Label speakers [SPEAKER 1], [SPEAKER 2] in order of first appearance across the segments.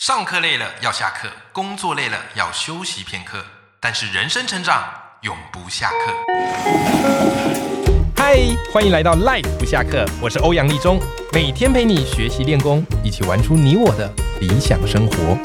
[SPEAKER 1] 上课累了要下课，工作累了要休息片刻，但是人生成长永不下课。嗨，欢迎来到 Life 不下课，我是欧阳立中，每天陪你学习练功，一起玩出你我的理想生活。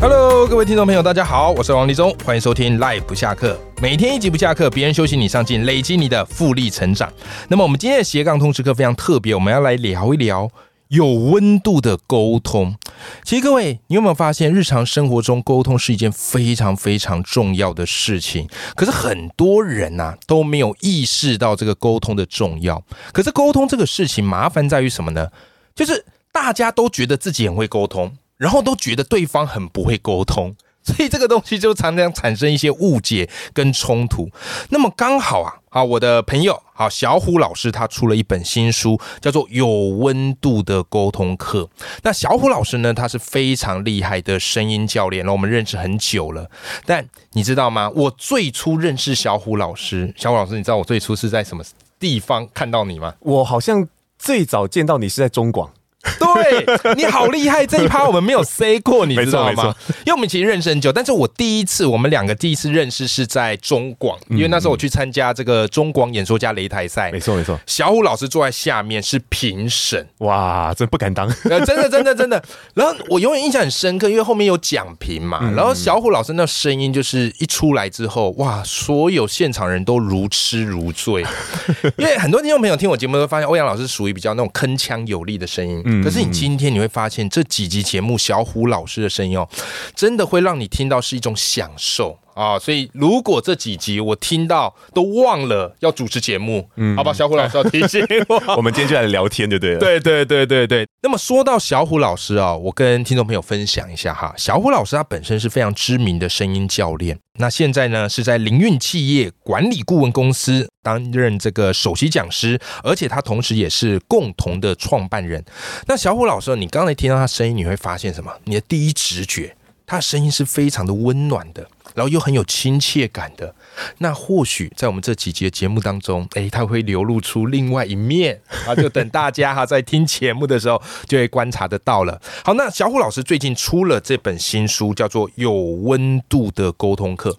[SPEAKER 1] Hello，各位听众朋友，大家好，我是王立忠，欢迎收听 Live 不下课，每天一集不下课，别人休息你上进，累积你的复利成长。那么我们今天的斜杠通识课非常特别，我们要来聊一聊有温度的沟通。其实各位，你有没有发现，日常生活中沟通是一件非常非常重要的事情？可是很多人呐、都没有意识到这个沟通的重要。可是沟通这个事情麻烦在于什么呢？就是大家都觉得自己很会沟通，然后都觉得对方很不会沟通， 所以这个东西就常常产生一些误解跟冲突。那么刚好啊，啊，我的朋友，好小虎老师，他出了一本新书，叫做《有温度的沟通课》。那小虎老师呢，他是非常厉害的声音教练了，我们认识很久了。但你知道吗？我最初认识小虎老师，小虎老师，你知道我最初是在什么地方看到你 吗？
[SPEAKER 2] 我好像最早见到你是在中广，
[SPEAKER 1] 对，你好厉害！这一趴我们没有 say 过，你
[SPEAKER 2] 没错
[SPEAKER 1] 知道
[SPEAKER 2] 没
[SPEAKER 1] 吗
[SPEAKER 2] 错？
[SPEAKER 1] 因为我们其实认识很久，但是我第一次，我们两个第一次认识是在中广，因为那时候我去参加这个中广演说家擂台赛，
[SPEAKER 2] 错嗯没错，
[SPEAKER 1] 小虎老师坐在下面是评审，
[SPEAKER 2] 哇，真不敢 当，
[SPEAKER 1] 呃，真的，真的，真的。然后我永远印象很深刻，因为后面有讲评嘛，然后小虎老师那声音就是一出来之后，哇，所有现场人都如痴如醉。 因为很多听众朋友听我节目都发现，欧阳老师属于比较那种铿锵有力的声音，可是你今天你会发现，这几集节目小虎老师的声音哦，真的会让你听到是一种享受。啊、所以如果这几集我听到都忘了要主持节目，好吧，小虎老师要提醒我。
[SPEAKER 2] 我们今天就来聊天，对不对了？，
[SPEAKER 1] 对对对对对。那么说到小虎老师啊、我跟听众朋友分享一下哈，小虎老师他本身是非常知名的声音教练，那现在呢是在凌运企业管理顾问公司担任这个首席讲师，而且他同时也是共同的创办人。那小虎老师，你刚才听到他声音，你会发现什么？你的第一直觉，他的声音是非常的温暖的，然后又很有亲切感的。那或许在我们这几集的节目当中，诶，他会流露出另外一面啊，就等大家哈在听节目的时候就会观察得到了。好，那小虎老师最近出了这本新书，叫做《有温度的沟通课》。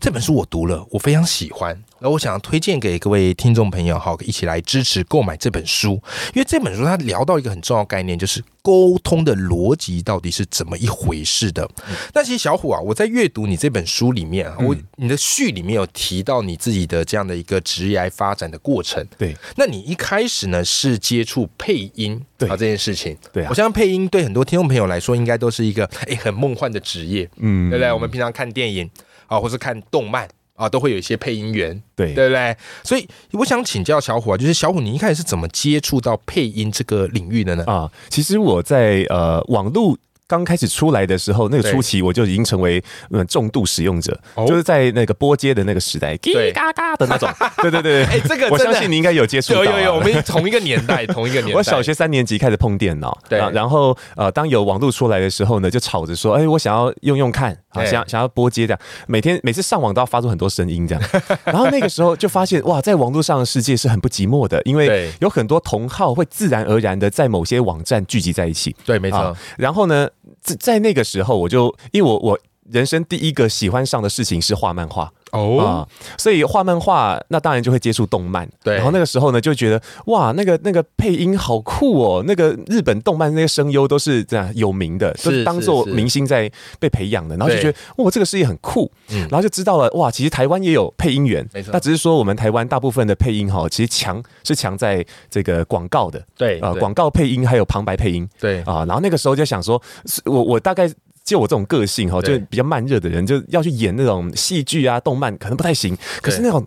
[SPEAKER 1] 这本书我读了，我非常喜欢，然后我想推荐给各位听众朋友哈，一起来支持购买这本书，因为这本书它聊到一个很重要的概念，就是沟通的逻辑到底是怎么一回事的。那其实小虎啊，我在阅读你这本书里面啊，我你的序里面有提到你自己的这样的一个职业发展的过程。
[SPEAKER 2] 对，
[SPEAKER 1] 那你一开始呢是接触配音
[SPEAKER 2] 对
[SPEAKER 1] 啊这件事情，
[SPEAKER 2] 对啊
[SPEAKER 1] 我相信配音对很多听众朋友来说，应该都是一个诶很梦幻的职业，
[SPEAKER 2] 嗯
[SPEAKER 1] 对不对？我们平常看电影啊，或是看动漫啊，都会有一些配音员，
[SPEAKER 2] 对
[SPEAKER 1] 对不对？所以我想请教小虎啊，就是小虎，你一开始是怎么接触到配音这个领域的呢？
[SPEAKER 2] 啊，其实我在呃网络。刚开始出来的时候，那个
[SPEAKER 1] 对
[SPEAKER 2] 初期我就已经成为嗯重度使用者，
[SPEAKER 1] 哦
[SPEAKER 2] 就是在那个波接的那个时代，叽
[SPEAKER 1] 对
[SPEAKER 2] 嘎嘎的 那种。对对对，
[SPEAKER 1] 哎这个
[SPEAKER 2] 我
[SPEAKER 1] 真的
[SPEAKER 2] 相信你应该有接触到啊。
[SPEAKER 1] 有有有，我们同一个年代，同一个年代。
[SPEAKER 2] 我小学三年级开始碰电脑，
[SPEAKER 1] 对
[SPEAKER 2] 啊然后呃，当有网络出来的时候呢，就吵着说，哎、我想要用用看，啊，
[SPEAKER 1] 对
[SPEAKER 2] 想想要拨接这样，每天每次上网都要发出很多 声音这样，然后那个时候就发现哇，在网络上的世界是很不寂寞的，因
[SPEAKER 1] 对
[SPEAKER 2] 为有很多同好会自然而然的在某些网站聚集在一起，
[SPEAKER 1] 对，没错，
[SPEAKER 2] 啊然后呢，在在那个时候我就因为我我。人生第一个喜欢上的事情是画漫画，
[SPEAKER 1] 哦
[SPEAKER 2] 啊、所以画漫画，那当然就会接触动漫。
[SPEAKER 1] 对
[SPEAKER 2] 然后那个时候呢，就觉得哇，那个那个配音好酷哦，那个日本动漫那些声优都是这样有名的，
[SPEAKER 1] 是
[SPEAKER 2] 就是当做
[SPEAKER 1] 是是
[SPEAKER 2] 明星在被培养的，然后就
[SPEAKER 1] 对
[SPEAKER 2] 觉得哇，这个事业很酷，
[SPEAKER 1] 嗯
[SPEAKER 2] 然后就知道了哇，其实台湾也有配音员，
[SPEAKER 1] 没错
[SPEAKER 2] 那只是说我们台湾大部分的配音哈，其实强是强在这个广告的，
[SPEAKER 1] 对
[SPEAKER 2] 啊、
[SPEAKER 1] 对
[SPEAKER 2] 广告配音还有旁白配音，
[SPEAKER 1] 对
[SPEAKER 2] 啊，然后那个时候就想说，是我我大概就我这种个性哈，
[SPEAKER 1] 对
[SPEAKER 2] 就比较慢热的人，就要去演那种戏剧啊、动漫可能不太行，可是
[SPEAKER 1] 对
[SPEAKER 2] 那种。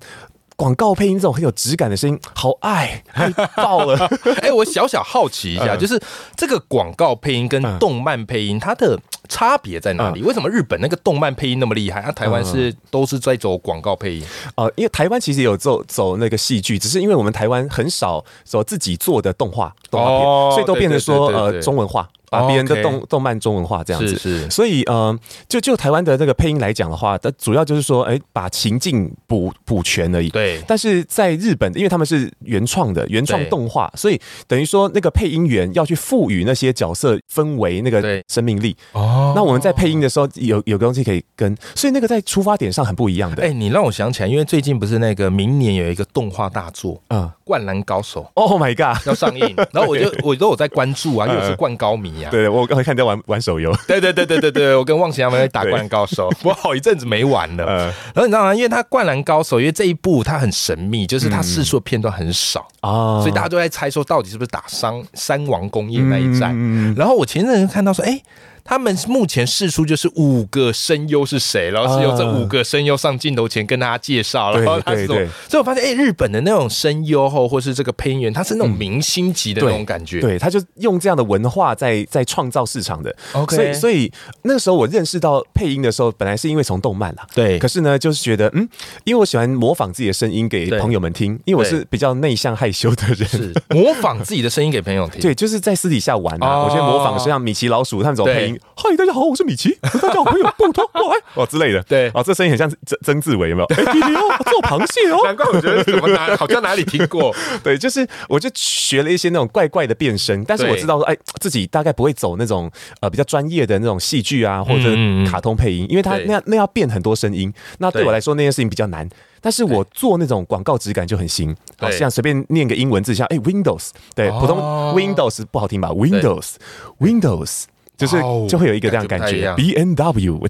[SPEAKER 2] 广告配音这种很有质感的声音，好爱，爱 爆了！
[SPEAKER 1] 哎、我小小好奇一下，
[SPEAKER 2] 嗯
[SPEAKER 1] 就是这个广告配音跟
[SPEAKER 2] 嗯
[SPEAKER 1] 动漫配音，它的差别在哪里？为什么日本那个动漫配音那么厉害，啊，台湾是都是在走广告配音？
[SPEAKER 2] 呃，因为台湾其实有走走那个戏剧，只是因为我们台湾很少走自己做的动画动画片，
[SPEAKER 1] 哦
[SPEAKER 2] 所以都变成
[SPEAKER 1] 对对
[SPEAKER 2] 说
[SPEAKER 1] 对对对哦
[SPEAKER 2] 呃中文化把别人的
[SPEAKER 1] OK
[SPEAKER 2] 动动漫中文化这样
[SPEAKER 1] 是
[SPEAKER 2] 子。
[SPEAKER 1] 是
[SPEAKER 2] 所以，呃，就就台湾的那个配音来讲的话，它主要就是说，哎、把情境补补全而已。
[SPEAKER 1] 对，
[SPEAKER 2] 但是在日本，因为他们是原创的原创
[SPEAKER 1] 对
[SPEAKER 2] 动画，所以等于说那个配音员要去赋予那些角色氛围那
[SPEAKER 1] 对
[SPEAKER 2] 个生命力。
[SPEAKER 1] 哦
[SPEAKER 2] 那我们在配音的时候有有个东西可以跟，所以那个在出发点上很不一样的。
[SPEAKER 1] 哎、你让我想起来，因为最近不是那个明年有一个动画大作《
[SPEAKER 2] 嗯
[SPEAKER 1] 灌篮高手》
[SPEAKER 2] ，Oh my god！
[SPEAKER 1] 要上映，然后我就我都有在关注啊，因为我是灌高迷啊。
[SPEAKER 2] 对，我刚才看你在玩玩 手游，
[SPEAKER 1] 对对对对对对，我跟忘情他们在打《灌篮高手》，我好一阵子没玩了。
[SPEAKER 2] 呃
[SPEAKER 1] 然后你知道吗？因为他《灌篮高手》，因为这一部它很神秘，就是它试出的片段很少，
[SPEAKER 2] 啊
[SPEAKER 1] 所以大家都在猜说到底是不是打商三王工业那一战。
[SPEAKER 2] 嗯
[SPEAKER 1] 然后我前阵子看到说，哎、他们目前试出就是五个声优是谁，然后是由这五个声优上镜头前跟大家介绍，
[SPEAKER 2] 嗯对
[SPEAKER 1] 然后他是什么
[SPEAKER 2] 对对
[SPEAKER 1] 所以我发现，哎、日本的那种声优后或是这个配音员，他是那种明星级的那种感觉。
[SPEAKER 2] 嗯对，他就用这样的文化在在创造市场的。
[SPEAKER 1] OK
[SPEAKER 2] 所以所以那时候我认识到配音的时候，本来是因为从动漫啦。
[SPEAKER 1] 对
[SPEAKER 2] 可是呢，就是觉得嗯，因为我喜欢模仿自己的声音给
[SPEAKER 1] 对
[SPEAKER 2] 朋友们听，因为我是比较内向害羞的人。
[SPEAKER 1] 是模仿自己的声音给朋友听。
[SPEAKER 2] 对，就是在私底下玩啊，
[SPEAKER 1] 哦
[SPEAKER 2] 我觉得模仿像米奇老鼠他们怎么配音，嗨，大家好，我是米奇， 大家好，我有蹦头，哇哦之类的，
[SPEAKER 1] 对
[SPEAKER 2] 哦，这声音很像曾曾志 伟，有没有？哎，弟弟哦，做螃蟹哦，
[SPEAKER 1] 难怪我觉得怎么哪好像哪里听过。
[SPEAKER 2] 对，就是我就学了一些那种怪怪的变声，但是
[SPEAKER 1] 对
[SPEAKER 2] 我知道说，哎，自己大概不会走那种呃比较专业的那种戏剧啊，或者
[SPEAKER 1] 嗯嗯嗯
[SPEAKER 2] 卡通配音，因为它
[SPEAKER 1] 对
[SPEAKER 2] 那那要变很多声音，那对
[SPEAKER 1] 对
[SPEAKER 2] 我来说那件事情比较难。但是我做那种广告质感就很行，好
[SPEAKER 1] 对
[SPEAKER 2] 像随便念个英文字，像哎 Windows，对，
[SPEAKER 1] 哦
[SPEAKER 2] 普通 Windows 不好听吧？Windows，Windows。就是
[SPEAKER 1] 哇哦
[SPEAKER 2] 就会有一个这样的感
[SPEAKER 1] 感觉不
[SPEAKER 2] 觉
[SPEAKER 1] 太
[SPEAKER 2] ，B N W，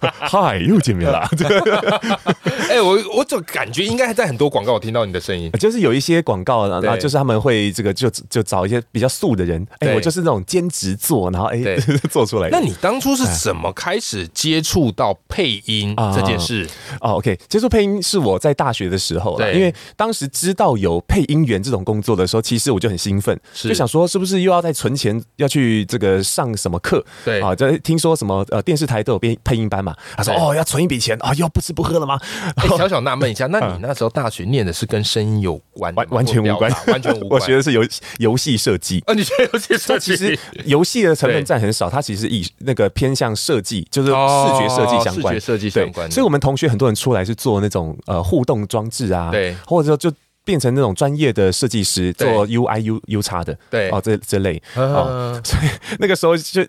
[SPEAKER 2] 嗨，又见面了，
[SPEAKER 1] 哎、我我总感觉应该在很多广告我听到你的声音。
[SPEAKER 2] 就是有一些广告，然后
[SPEAKER 1] 对
[SPEAKER 2] 然后就是他们会这个就就找一些比较素的人，哎、
[SPEAKER 1] 对
[SPEAKER 2] 我就是那种兼职做，然后哎、
[SPEAKER 1] 对
[SPEAKER 2] 做出来的。
[SPEAKER 1] 那你当初是怎么开始接触到配音
[SPEAKER 2] 啊
[SPEAKER 1] 这件 事？
[SPEAKER 2] 哦，OK，接触配音是我在大学的时候啦，
[SPEAKER 1] 对
[SPEAKER 2] 因为当时知道有配音员这种工作的时候，其实我就很兴奋，
[SPEAKER 1] 是
[SPEAKER 2] 就想说是不是又要再存钱要去这个上什么课？
[SPEAKER 1] 对
[SPEAKER 2] 啊，就听说什么呃电视台都有配配音班嘛，他说
[SPEAKER 1] 对
[SPEAKER 2] 哦要存一笔钱啊、要不吃不喝了吗？
[SPEAKER 1] 哎、小小纳闷一下，那你那时候大学念的是跟声音有关的吗，
[SPEAKER 2] 啊完完全
[SPEAKER 1] 或
[SPEAKER 2] 无关
[SPEAKER 1] 表达，完全无关。
[SPEAKER 2] 我学 的是游游戏设计。
[SPEAKER 1] 啊，你觉得有 些设
[SPEAKER 2] 它其
[SPEAKER 1] 计
[SPEAKER 2] 实游戏的成分占很少，它其实是以那个偏向设计，就是视觉设计相关。
[SPEAKER 1] 哦视觉设计相
[SPEAKER 2] 对
[SPEAKER 1] 关的，
[SPEAKER 2] 所以我们同学很多人出来是做那种呃互动装置啊，
[SPEAKER 1] 对
[SPEAKER 2] 或者说就变成那种专业的设计师，
[SPEAKER 1] 对
[SPEAKER 2] 做 UI U U 叉的，
[SPEAKER 1] 对
[SPEAKER 2] 哦这这类，哦，
[SPEAKER 1] 啊
[SPEAKER 2] 所以那个时候就。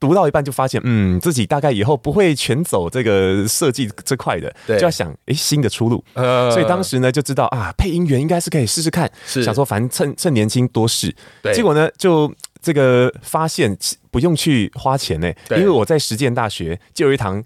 [SPEAKER 2] 读到一半就发现，嗯，自己大概以后不会全走这个设计这块的，
[SPEAKER 1] 对
[SPEAKER 2] 就要想，诶，新的出路。
[SPEAKER 1] 呃
[SPEAKER 2] 所以当时呢就知道啊，配音员应该是可以试试看，
[SPEAKER 1] 是
[SPEAKER 2] 想说反正趁趁年轻多试
[SPEAKER 1] 对。
[SPEAKER 2] 结果呢就这个发现其不用去花钱呢、
[SPEAKER 1] 对
[SPEAKER 2] 因为我在实践大学就有一堂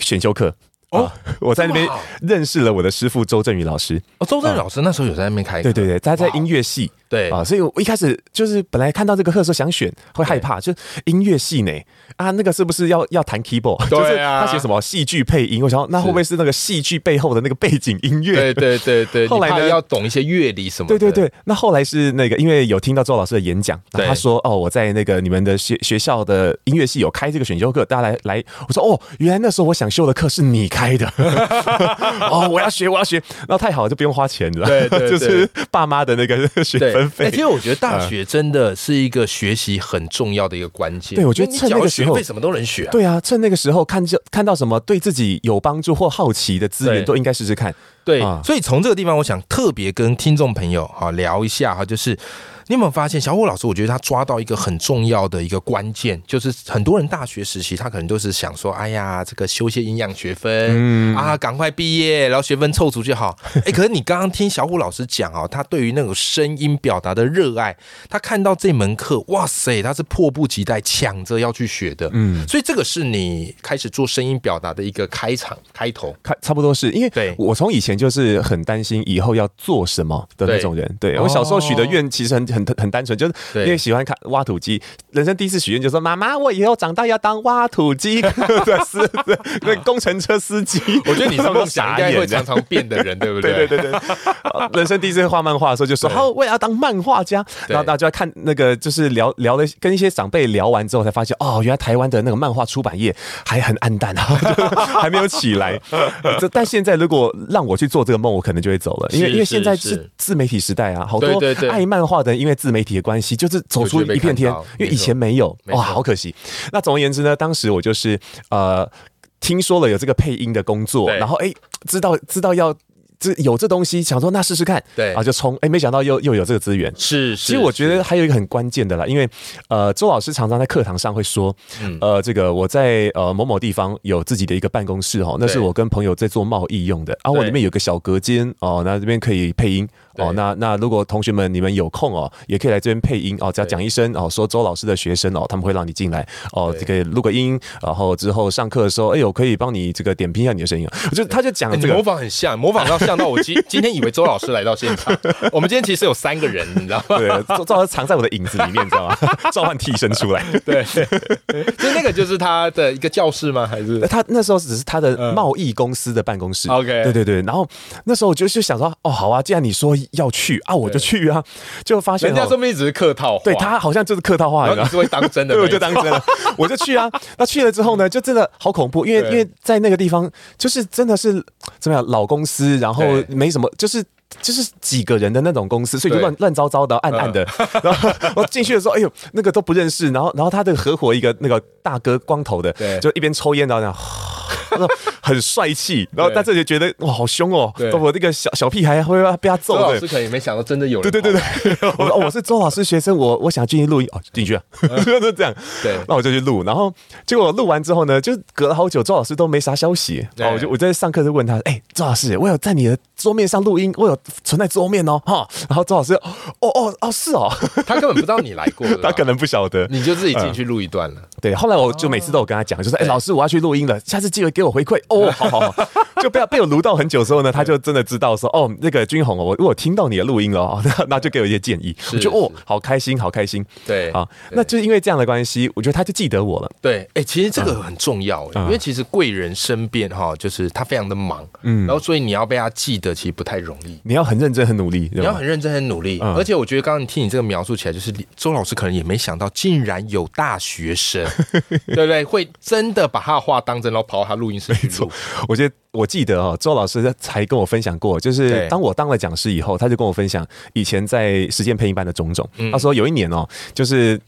[SPEAKER 2] 选修课。
[SPEAKER 1] 哦
[SPEAKER 2] 啊我在那边
[SPEAKER 1] 这么好
[SPEAKER 2] 认识了我的师傅周振宇老师，
[SPEAKER 1] 哦，周正老师那时候有在那边开课，
[SPEAKER 2] 啊对对对，他在音乐系
[SPEAKER 1] 对
[SPEAKER 2] 啊，所以我一开始就是本来看到这个课的时候想选，会害怕，就音乐系呢啊，那个是不是要要弹 keyboard？、就是
[SPEAKER 1] 对啊
[SPEAKER 2] 他写什么戏剧配音，我想说那会不会是那个戏剧背后的那个背景音乐？
[SPEAKER 1] 对对对对，
[SPEAKER 2] 后来
[SPEAKER 1] 你怕
[SPEAKER 2] 呢
[SPEAKER 1] 要懂一些乐理什么的，
[SPEAKER 2] 对对对，那后来是那个，因为有听到周老师的演讲，然
[SPEAKER 1] 对
[SPEAKER 2] 后他说：“哦，我在那个你们的学学校的音乐系有开这个选修课，大家来来。”我说：“哦，原来那时候我想修的课是你 开的，哦，我要学，我要学。”那太好了，就不用花钱了，
[SPEAKER 1] 对对对
[SPEAKER 2] 就是爸妈的那个学
[SPEAKER 1] 对，
[SPEAKER 2] 分
[SPEAKER 1] 哎
[SPEAKER 2] 费啊
[SPEAKER 1] 其。实我觉得大学真的是一个学习很重要的一个关键。
[SPEAKER 2] 对我觉得
[SPEAKER 1] 因为
[SPEAKER 2] 趁
[SPEAKER 1] 你
[SPEAKER 2] 那
[SPEAKER 1] 缴了
[SPEAKER 2] 个时
[SPEAKER 1] 学
[SPEAKER 2] 候
[SPEAKER 1] 费，什么都能学啊。
[SPEAKER 2] 对啊，趁那个时候看这看到什么对自己有帮助或好奇的资
[SPEAKER 1] 对
[SPEAKER 2] 源，都应该试试看。
[SPEAKER 1] 对
[SPEAKER 2] 啊
[SPEAKER 1] 所以从这个地方，我想特别跟听众朋友哈聊一下哈，就是你有没有发现小虎老师，我觉得他抓到一个很重要的一个关键，就是很多人大学时期他可能都是想说，哎呀，这个修一些营养学分、啊，赶快毕业，然后学分凑足就好。哎，可是你刚刚听小虎老师讲哦，他对于那种声音表达的热爱，他看到这门课，哇塞，他是迫不及待抢着要去学的。嗯，所以这个是你开始做声音表达的一个开场开头。
[SPEAKER 2] 看差不多是因
[SPEAKER 1] 对
[SPEAKER 2] 为我从以前就是很担心以后要做什么的那种人。对
[SPEAKER 1] 哦
[SPEAKER 2] 我小时候许的愿其实很很很单纯，就是
[SPEAKER 1] 对
[SPEAKER 2] 因为喜欢看挖土机，人生第一次许愿就说妈妈，我以后长大要当挖土机 的司 那工程车司机。
[SPEAKER 1] 啊我觉得你这么想应该会
[SPEAKER 2] 这样
[SPEAKER 1] 常常变的人，对不
[SPEAKER 2] 对
[SPEAKER 1] 对
[SPEAKER 2] 对对 对，呃人生第一次画漫画的时候就说，
[SPEAKER 1] 对
[SPEAKER 2] 好，我也要当漫画家。
[SPEAKER 1] 对
[SPEAKER 2] 然后大家就在看那个，就是聊聊了跟一些长辈聊完之后，才发现哦，原来台湾的那个漫画出版业还很暗淡啊， 就还没有 起来。这但现在如果让我去做这个梦，我可能就会走了，因为
[SPEAKER 1] 是
[SPEAKER 2] 因为现在
[SPEAKER 1] 是
[SPEAKER 2] 是
[SPEAKER 1] 是
[SPEAKER 2] 自媒体时代啊，好多
[SPEAKER 1] 对对对
[SPEAKER 2] 爱漫画的人因为自媒体的关系，就是走出
[SPEAKER 1] 就被
[SPEAKER 2] 一片天
[SPEAKER 1] 看到，
[SPEAKER 2] 因为以前没有，
[SPEAKER 1] 没错
[SPEAKER 2] 哇，好可惜。那总而言之呢，当时我就是呃，听说了有这个配音的工作，
[SPEAKER 1] 对
[SPEAKER 2] 然后哎、知道知道要这有这东西，想说那试试看，
[SPEAKER 1] 对
[SPEAKER 2] 然后就冲，哎、没想到又又有这个资源。
[SPEAKER 1] 是，
[SPEAKER 2] 其实我觉得还有一个很关键的啦，因为呃，周老师常常在课堂上会说，
[SPEAKER 1] 嗯
[SPEAKER 2] 呃，这个我在呃某某地方有自己的一个办公室哦哈，那是
[SPEAKER 1] 对
[SPEAKER 2] 我跟朋友在做贸易用的，啊，我
[SPEAKER 1] 对
[SPEAKER 2] 里面有个小隔间哦，那这边可以配音哦
[SPEAKER 1] 对，
[SPEAKER 2] 那那如果同学们你们有空哦，也可以来这边配音哦，只要
[SPEAKER 1] 对
[SPEAKER 2] 讲一声哦，说周老师的学生哦，他们会让你进来哦，
[SPEAKER 1] 对
[SPEAKER 2] 这个录个音，然后之后上课的时候，哎呦，可以帮你这个点评一下你的声音，哦我就他就讲
[SPEAKER 1] 哎
[SPEAKER 2] 了
[SPEAKER 1] 你
[SPEAKER 2] 这个
[SPEAKER 1] 模仿很像，模仿到像到我今 今天以为周老师来到现场， 我们今天其实有三个人，你知 道吗？
[SPEAKER 2] 对，赵赵老师藏在我的影子里面，你知道吗？ 召唤替身出来。
[SPEAKER 1] 对，就那个就是他的一个教室吗？还是
[SPEAKER 2] 他那时候只是他的贸易公司的办公室。
[SPEAKER 1] OK
[SPEAKER 2] 对对对。然后那时候我就就想说，哦，好啊，既然你说要去啊，我就去啊。就发现
[SPEAKER 1] 人家
[SPEAKER 2] 哦
[SPEAKER 1] 说不定只是客套话，
[SPEAKER 2] 对他好像就是客套话，
[SPEAKER 1] 然
[SPEAKER 2] 你
[SPEAKER 1] 后
[SPEAKER 2] 知
[SPEAKER 1] 你
[SPEAKER 2] 道
[SPEAKER 1] 是
[SPEAKER 2] 吗
[SPEAKER 1] 会当真的，
[SPEAKER 2] 对，我
[SPEAKER 1] 没错
[SPEAKER 2] 就当真了，我就 去啊。那去了之后呢，就真的好恐怖，因为
[SPEAKER 1] 对
[SPEAKER 2] 因为在那个地方，就是真的是怎么样，老公司，然后
[SPEAKER 1] 对
[SPEAKER 2] 没什么，就是。就是几个人的那种公司，所以就
[SPEAKER 1] 对嗯
[SPEAKER 2] 乱乱糟糟的，暗暗的。 然后我进去的时候，哎呦，那个都不认识。然后，然后他的合伙一个那个大哥，光头的
[SPEAKER 1] 对，
[SPEAKER 2] 就一边抽烟，然后这样他说很帅气。然后
[SPEAKER 1] 对
[SPEAKER 2] 但是就觉得哇，好凶哦
[SPEAKER 1] 对！
[SPEAKER 2] 我那个小小屁孩会不会被他揍
[SPEAKER 1] 周老
[SPEAKER 2] 的
[SPEAKER 1] 师。可能也没想到真的有人，
[SPEAKER 2] 对对对 对，我说哦我是周老师学生，我我想进去录音哦，进去啊，
[SPEAKER 1] 嗯
[SPEAKER 2] 就这样。
[SPEAKER 1] 对
[SPEAKER 2] 那我就去录，然后结果录完之后呢，就隔了好久，周老师都没啥消息。
[SPEAKER 1] 对
[SPEAKER 2] 然后我就我在上课就问他，哎、周老师，我有在你的桌面上录音，我有存在桌面哦，哈。然后周老师，哦哦哦，是哦，
[SPEAKER 1] 他根本不知道你来过，
[SPEAKER 2] 他可能不晓得。
[SPEAKER 1] 啊你就自己进去录一段了，
[SPEAKER 2] 对，后来我就每次都有跟他讲，就是哎、老师，我要去录音了，下次记得给我回馈哦。好好好， 就被被我撸到很久之后呢，他就真的知道说，哦，那个君宏，我我有听到你的录音了哦，那那就给我一些建议，我觉得哦，好开心，好开心。
[SPEAKER 1] 对
[SPEAKER 2] 啊，
[SPEAKER 1] 对
[SPEAKER 2] 那就是因为这样的关系，我觉得他就记得我了。
[SPEAKER 1] 对，哎、其实这个很重要、
[SPEAKER 2] 嗯
[SPEAKER 1] 因为其实贵人身边哈，就是他非常的忙，嗯，然后所以你要被他记得，其实不太容易。
[SPEAKER 2] 你要很认真，很努力，
[SPEAKER 1] 你
[SPEAKER 2] 对
[SPEAKER 1] 要
[SPEAKER 2] 吧？
[SPEAKER 1] 很认真、很努力，
[SPEAKER 2] 嗯
[SPEAKER 1] 而且我觉得刚刚你听你这个描述起来，就是周老师可能也没想到，竟然有大学生， 对不对？会真的把他的话当真，然后跑到他录音室去录。
[SPEAKER 2] 我觉得我记得哦，周老师才跟我分享过，就是
[SPEAKER 1] 对
[SPEAKER 2] 当我当了讲师以后，他就跟我分享以前在实践配音班的种种。
[SPEAKER 1] 嗯
[SPEAKER 2] 他说有一年哦，就是。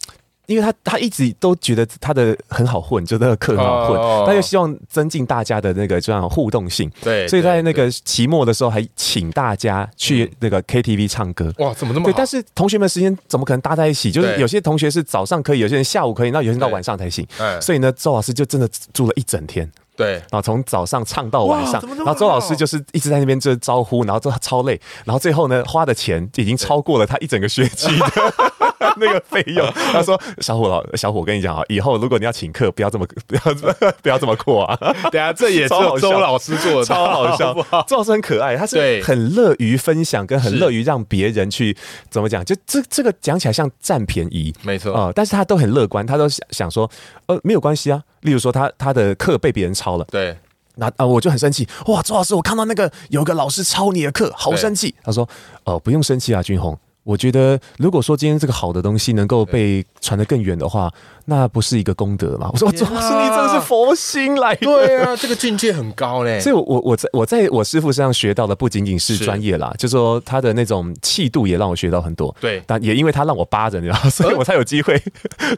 [SPEAKER 2] 因为他他一直都觉得他的很好混，就那个课很好混，
[SPEAKER 1] 哦
[SPEAKER 2] 他就希望增进大家的那个这样互动性，
[SPEAKER 1] 对，
[SPEAKER 2] 所以在那
[SPEAKER 1] 对
[SPEAKER 2] 个期末的时候还请大家去那个 KTV 唱歌。
[SPEAKER 1] 对哇，怎么那么
[SPEAKER 2] 对，
[SPEAKER 1] 好
[SPEAKER 2] 但是同学们时间怎么可能搭在一起？就是
[SPEAKER 1] 对
[SPEAKER 2] 有些同学是早上可以，有些人下午可以，那有些人到
[SPEAKER 1] 对
[SPEAKER 2] 晚上才行。
[SPEAKER 1] 嗯
[SPEAKER 2] 所以呢，周老师就真的住了一整天。
[SPEAKER 1] 对
[SPEAKER 2] 然后从早上唱到晚
[SPEAKER 1] 哇
[SPEAKER 2] 上
[SPEAKER 1] 怎么，那
[SPEAKER 2] 然
[SPEAKER 1] 么
[SPEAKER 2] 后周老师
[SPEAKER 1] 好
[SPEAKER 2] 就是一直在那边就是招呼，然后都超累，然后最后呢花的钱已经超过了他一整个学期的 那个费用。他说：“小虎老小虎，我跟你讲啊，以后如果你要请客，不要这么 不要这么不要这么阔啊，
[SPEAKER 1] 等下这也
[SPEAKER 2] 超好笑
[SPEAKER 1] 师做得
[SPEAKER 2] 超
[SPEAKER 1] 到
[SPEAKER 2] 好笑。周老师很可爱，他是
[SPEAKER 1] 对
[SPEAKER 2] 很乐于分享，跟很
[SPEAKER 1] 是
[SPEAKER 2] 乐于让别人去怎么讲，就这这个讲起来像占便宜，
[SPEAKER 1] 没错
[SPEAKER 2] 啊、但是他都很乐观，他都想想说，呃，没有关系啊。例如说他他的课被别人抄了。”
[SPEAKER 1] 对
[SPEAKER 2] 那啊、我就很生气，哇，周老师，我看到那个有个老师抄你的课，好
[SPEAKER 1] 对
[SPEAKER 2] 生气。他说，哦，不用生气啊，君宏。我觉得，如果说今天这个好的东西能够被传得更远的话，那不是一个功德吗？我说，周
[SPEAKER 1] 天啊
[SPEAKER 2] 老师，你真的是佛心来的。
[SPEAKER 1] 对啊，这个境界很高嘞。
[SPEAKER 2] 所以我，我我在我在我师傅身上学到的不仅仅是
[SPEAKER 1] 是
[SPEAKER 2] 专业啦，就说他的那种气度也让我学到很多。
[SPEAKER 1] 对呃
[SPEAKER 2] 但也因为他让我扒着，你知道， 所以我才有机会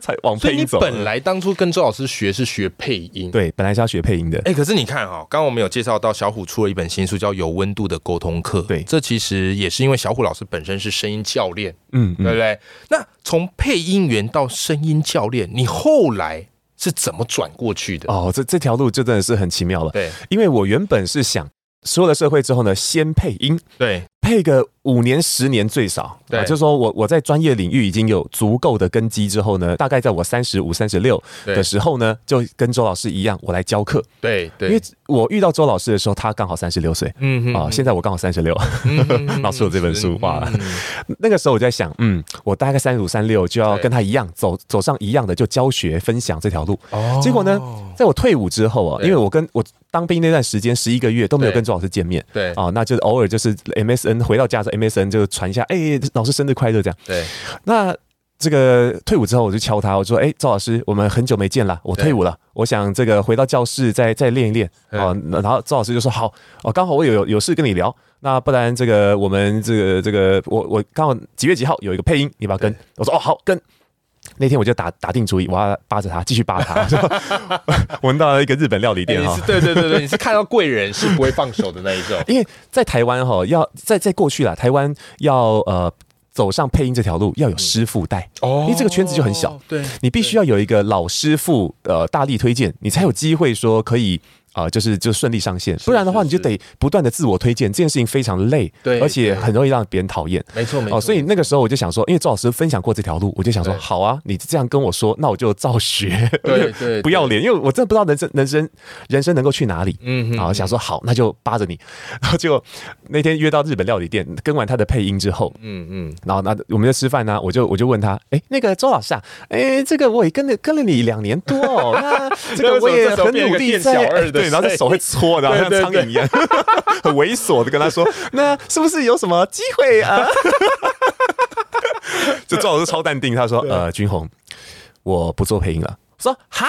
[SPEAKER 2] 才往
[SPEAKER 1] 所
[SPEAKER 2] 配
[SPEAKER 1] 以你
[SPEAKER 2] 音走。
[SPEAKER 1] 本来当初跟周老师学是学配音，
[SPEAKER 2] 对，本来是要学配音的。
[SPEAKER 1] 哎、可是你看哈、刚刚我们有介绍到小虎出了一本新书，叫《有温度的沟通课》。
[SPEAKER 2] 对
[SPEAKER 1] 这其实也是因为小虎老师本身是声音教练，
[SPEAKER 2] 嗯嗯
[SPEAKER 1] 对。不对？那从配音员到声音教练，你后来是怎么转过去的？
[SPEAKER 2] 哦，这这条路就真的是很奇妙了。
[SPEAKER 1] 对
[SPEAKER 2] 因为我原本是想所有的社会之后呢，先配音，
[SPEAKER 1] 对
[SPEAKER 2] 配个五年十年最少。
[SPEAKER 1] 对
[SPEAKER 2] 啊就是说我我在专业领域已经有足够的根基之后呢，大概在我三十五、三十六
[SPEAKER 1] 对
[SPEAKER 2] 的时候呢，就跟周老师一样，我来教课。
[SPEAKER 1] 对
[SPEAKER 2] 因为
[SPEAKER 1] 对，
[SPEAKER 2] 我遇到周老师的时候，他刚好三十六岁。
[SPEAKER 1] 嗯
[SPEAKER 2] 啊、现在我刚好三十六，
[SPEAKER 1] 在
[SPEAKER 2] 老师有这本书哇
[SPEAKER 1] 嗯
[SPEAKER 2] 那个时候我就在想，嗯，我大概三十五、三六就要
[SPEAKER 1] 对
[SPEAKER 2] 跟他一样走走上一样的就教学分享这条路。
[SPEAKER 1] 哦
[SPEAKER 2] 结果呢，在我退伍之后啊，
[SPEAKER 1] 对
[SPEAKER 2] 因为我跟我当兵那段时间十一个月都没有
[SPEAKER 1] 对
[SPEAKER 2] 跟周老师见面，
[SPEAKER 1] 对
[SPEAKER 2] 啊，那就是偶尔就是 MSN 回到家的时候 MSN 就传一下，哎、老师生日快乐这样。
[SPEAKER 1] 对
[SPEAKER 2] 那这个退伍之后，我就敲他，我说：“哎、赵老师，我们很久没见了，我
[SPEAKER 1] 对
[SPEAKER 2] 退伍了，我想这个回到教室再再练一练。”
[SPEAKER 1] 嗯
[SPEAKER 2] 哦，那然后赵老师就说：“好，哦，刚好我有有事跟你聊，那不然这个我们这个这个我我刚好几月几号有一个配音，你要不要跟
[SPEAKER 1] 对？”
[SPEAKER 2] 我说：“哦，好，跟。”那天我就打打定主意，我要扒着他，继续扒他。 就闻到了一个日本料理
[SPEAKER 1] 哎
[SPEAKER 2] 店
[SPEAKER 1] 你
[SPEAKER 2] 哈、。
[SPEAKER 1] 是对对对对，你是看到贵人是不会放手的那一种
[SPEAKER 2] 因为在台湾哈、要在在过去啦，台湾要呃走上配音这条路要
[SPEAKER 1] 嗯
[SPEAKER 2] 有师傅带，
[SPEAKER 1] 哦
[SPEAKER 2] 因为这个圈子就很小，
[SPEAKER 1] 对，
[SPEAKER 2] 你必须要有一个老师傅呃大力推荐，你才有机会说可以。啊、就是就顺利上线，不然的话
[SPEAKER 1] 是
[SPEAKER 2] 你就得不断的自我推荐，这件事情非常累，
[SPEAKER 1] 对
[SPEAKER 2] 而
[SPEAKER 1] 对
[SPEAKER 2] 且很容易让别人讨厌。
[SPEAKER 1] 没错没错。
[SPEAKER 2] 哦，所以那个时候我就想说，因为周老师分享过这条路，我就想说，
[SPEAKER 1] 对
[SPEAKER 2] 好啊，你这样跟我说，那我就照学，
[SPEAKER 1] 对对
[SPEAKER 2] 不要脸，因为我真的不知道人生人生人生能够去哪里。
[SPEAKER 1] 嗯哼
[SPEAKER 2] 然后想说好，那就扒着你，然后结果那天约到日本料理店，跟完他的配音之后，
[SPEAKER 1] 嗯嗯，
[SPEAKER 2] 然后那我们就吃饭呢、我就我就问他，哎，那个周老师啊，哎，这个我也跟了跟了你两年多 哦，那这个我也很努力在
[SPEAKER 1] 那为什么这时候变一个店小二的
[SPEAKER 2] 对，然后这手会搓的，
[SPEAKER 1] 对
[SPEAKER 2] 像
[SPEAKER 1] 对
[SPEAKER 2] 苍蝇一样， 很猥琐的跟他说，那是不是有什么机会啊？ 就周老师超淡定，他说，呃，君红，我不做配音了。我说哈，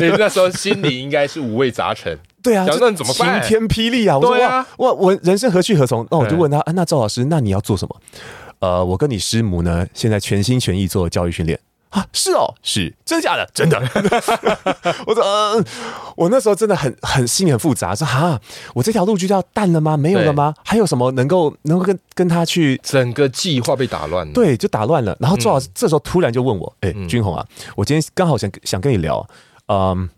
[SPEAKER 1] 你那时候心里应该是五味杂陈。
[SPEAKER 2] 对啊，
[SPEAKER 1] 讲
[SPEAKER 2] 就
[SPEAKER 1] 那你怎么办
[SPEAKER 2] 晴天霹雳啊！我说
[SPEAKER 1] 对啊
[SPEAKER 2] 哇哇，我人生何去何从？那我就问他，啊、那赵老师，那你要做什么？呃，我跟你师母呢，现在全心全意做教育训练。啊，是哦，是真假的，真的。 我说，呃，我那时候真的很很心里很复杂，说哈，我这条路就要淡了吗？没有了吗？还有什么能够能够跟跟他去
[SPEAKER 1] 整个计划被打乱了。
[SPEAKER 2] 对，就打乱了。然后周老师
[SPEAKER 1] 嗯
[SPEAKER 2] 这时候突然就问我：“哎、君宏啊，我今天刚好想想跟你聊，嗯，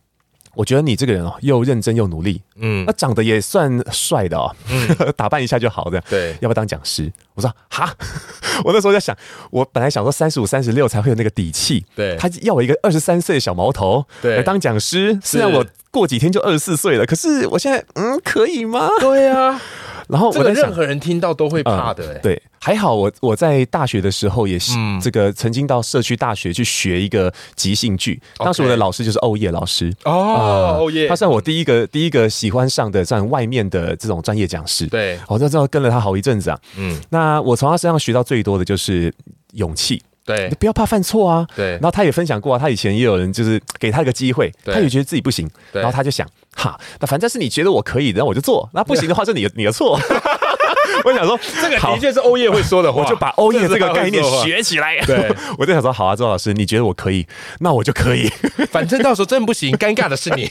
[SPEAKER 2] 我觉得你这个人哦，又认真又努力，
[SPEAKER 1] 嗯
[SPEAKER 2] 嗯，那长得也算帅的哦， 打扮一下就好的，
[SPEAKER 1] 对
[SPEAKER 2] 要不要当讲师？”我说：“哈， 我那时候在想，我本来想说三十五、三十六才会有那个底气，
[SPEAKER 1] 对
[SPEAKER 2] 他要我一个二十三岁的小毛头
[SPEAKER 1] 对
[SPEAKER 2] 来当讲师，虽然
[SPEAKER 1] 是
[SPEAKER 2] 我过几天就二十四岁了，可是我现在嗯，可以吗？
[SPEAKER 1] 对啊，
[SPEAKER 2] 然后
[SPEAKER 1] 这
[SPEAKER 2] 我
[SPEAKER 1] 个
[SPEAKER 2] 在想
[SPEAKER 1] 任。”何人听到都会怕的、欸。
[SPEAKER 2] 嗯。对，还好我我在大学的时候也是、
[SPEAKER 1] 嗯
[SPEAKER 2] 这个曾经到社区大学去学一个即兴剧，当时我的老师就是欧叶老师。
[SPEAKER 1] 哦
[SPEAKER 2] 啊，
[SPEAKER 1] 哦耶，
[SPEAKER 2] 他算我第一个第一个喜欢上的这样外面的这种专业讲师。，哦
[SPEAKER 1] 对，
[SPEAKER 2] 我就知道跟了他好一阵子啊。
[SPEAKER 1] 嗯，
[SPEAKER 2] 那我从他身上学到最多的就是勇气，
[SPEAKER 1] 对
[SPEAKER 2] 你，不要怕犯错啊。
[SPEAKER 1] 对
[SPEAKER 2] 然后他也分享过、啊，他以前也有人就是给他一个机会，
[SPEAKER 1] 对
[SPEAKER 2] 他也觉得自己不行，
[SPEAKER 1] 对
[SPEAKER 2] 然后他就想，哈，那反正是你觉得我可以，然后我就做，那不行的话是你的你 的错。我想说，
[SPEAKER 1] 这个
[SPEAKER 2] 好
[SPEAKER 1] 的确是欧叶会说的话，
[SPEAKER 2] 我就把欧叶这个概
[SPEAKER 1] 这
[SPEAKER 2] 念
[SPEAKER 1] 是他会说的
[SPEAKER 2] 学起来。
[SPEAKER 1] 对，
[SPEAKER 2] 我就想说，好啊，周老师，你觉得我可以，那我就可以。
[SPEAKER 1] 话，反正到时候真不行，尴尬的是你。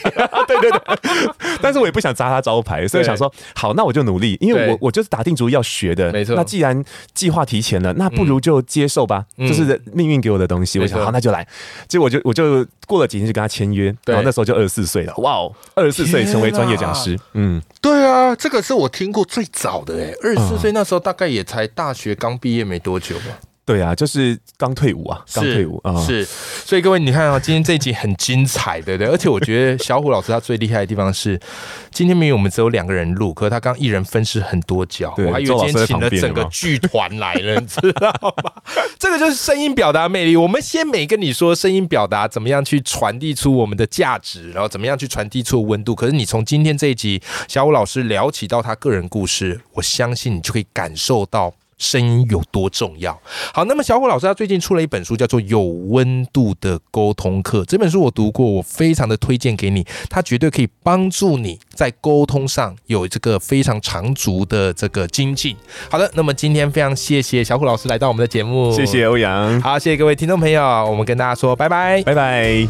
[SPEAKER 2] 对对对， 但是我也不想砸他招牌，所以
[SPEAKER 1] 对
[SPEAKER 2] 想说，好，那我就努力，因为
[SPEAKER 1] 对
[SPEAKER 2] 我我就是打定主意要学的。
[SPEAKER 1] 没错嗯
[SPEAKER 2] 那既然计划提前了，那不如就接受吧，这是命运给我的东西。
[SPEAKER 1] 没
[SPEAKER 2] 我
[SPEAKER 1] 错
[SPEAKER 2] 想，好，那就来。结果我就我就过了几天就跟他签约，
[SPEAKER 1] 对
[SPEAKER 2] 然后那时候就二十四岁了，哇哦，二十四岁成为专业讲师，嗯，
[SPEAKER 1] 对啊，这个是我听过最早的哎、欸，二十四岁那时候大概也才大学刚毕业没多久吧。
[SPEAKER 2] 对啊，就是刚退伍啊，刚
[SPEAKER 1] 是
[SPEAKER 2] 退伍啊，
[SPEAKER 1] 是，所以各位你看啊、今天这一集很精彩，对不对？而且我觉得小虎老师他最厉害的地方是，今天明明我们只有两个人录，可是他刚一人分饰很多角，
[SPEAKER 2] 对
[SPEAKER 1] 我还以为
[SPEAKER 2] 周老
[SPEAKER 1] 今天
[SPEAKER 2] 师在
[SPEAKER 1] 请了
[SPEAKER 2] 旁边
[SPEAKER 1] 整个
[SPEAKER 2] 有没有
[SPEAKER 1] 剧团来了，你知道吗？这个就是声音表达魅力。我们先没跟你说声音表达怎么样去传递出我们的价值，然后怎么样去传递出温度。可是你从今天这一集小虎老师聊起到他个人故事，我相信你就可以感受到。声音有多重要？好，那么小虎老师他最近出了一本书，叫做《有温度的沟通课》。这本书我读过，我非常的推荐给你，它绝对可以帮助你在沟通上有这个非常长足的这个精进。好的，那么今天非常谢谢小虎老师来到我们的节目，
[SPEAKER 2] 谢谢欧阳，
[SPEAKER 1] 好，谢谢各位听众朋友，我们跟大家说拜拜。
[SPEAKER 2] 拜拜。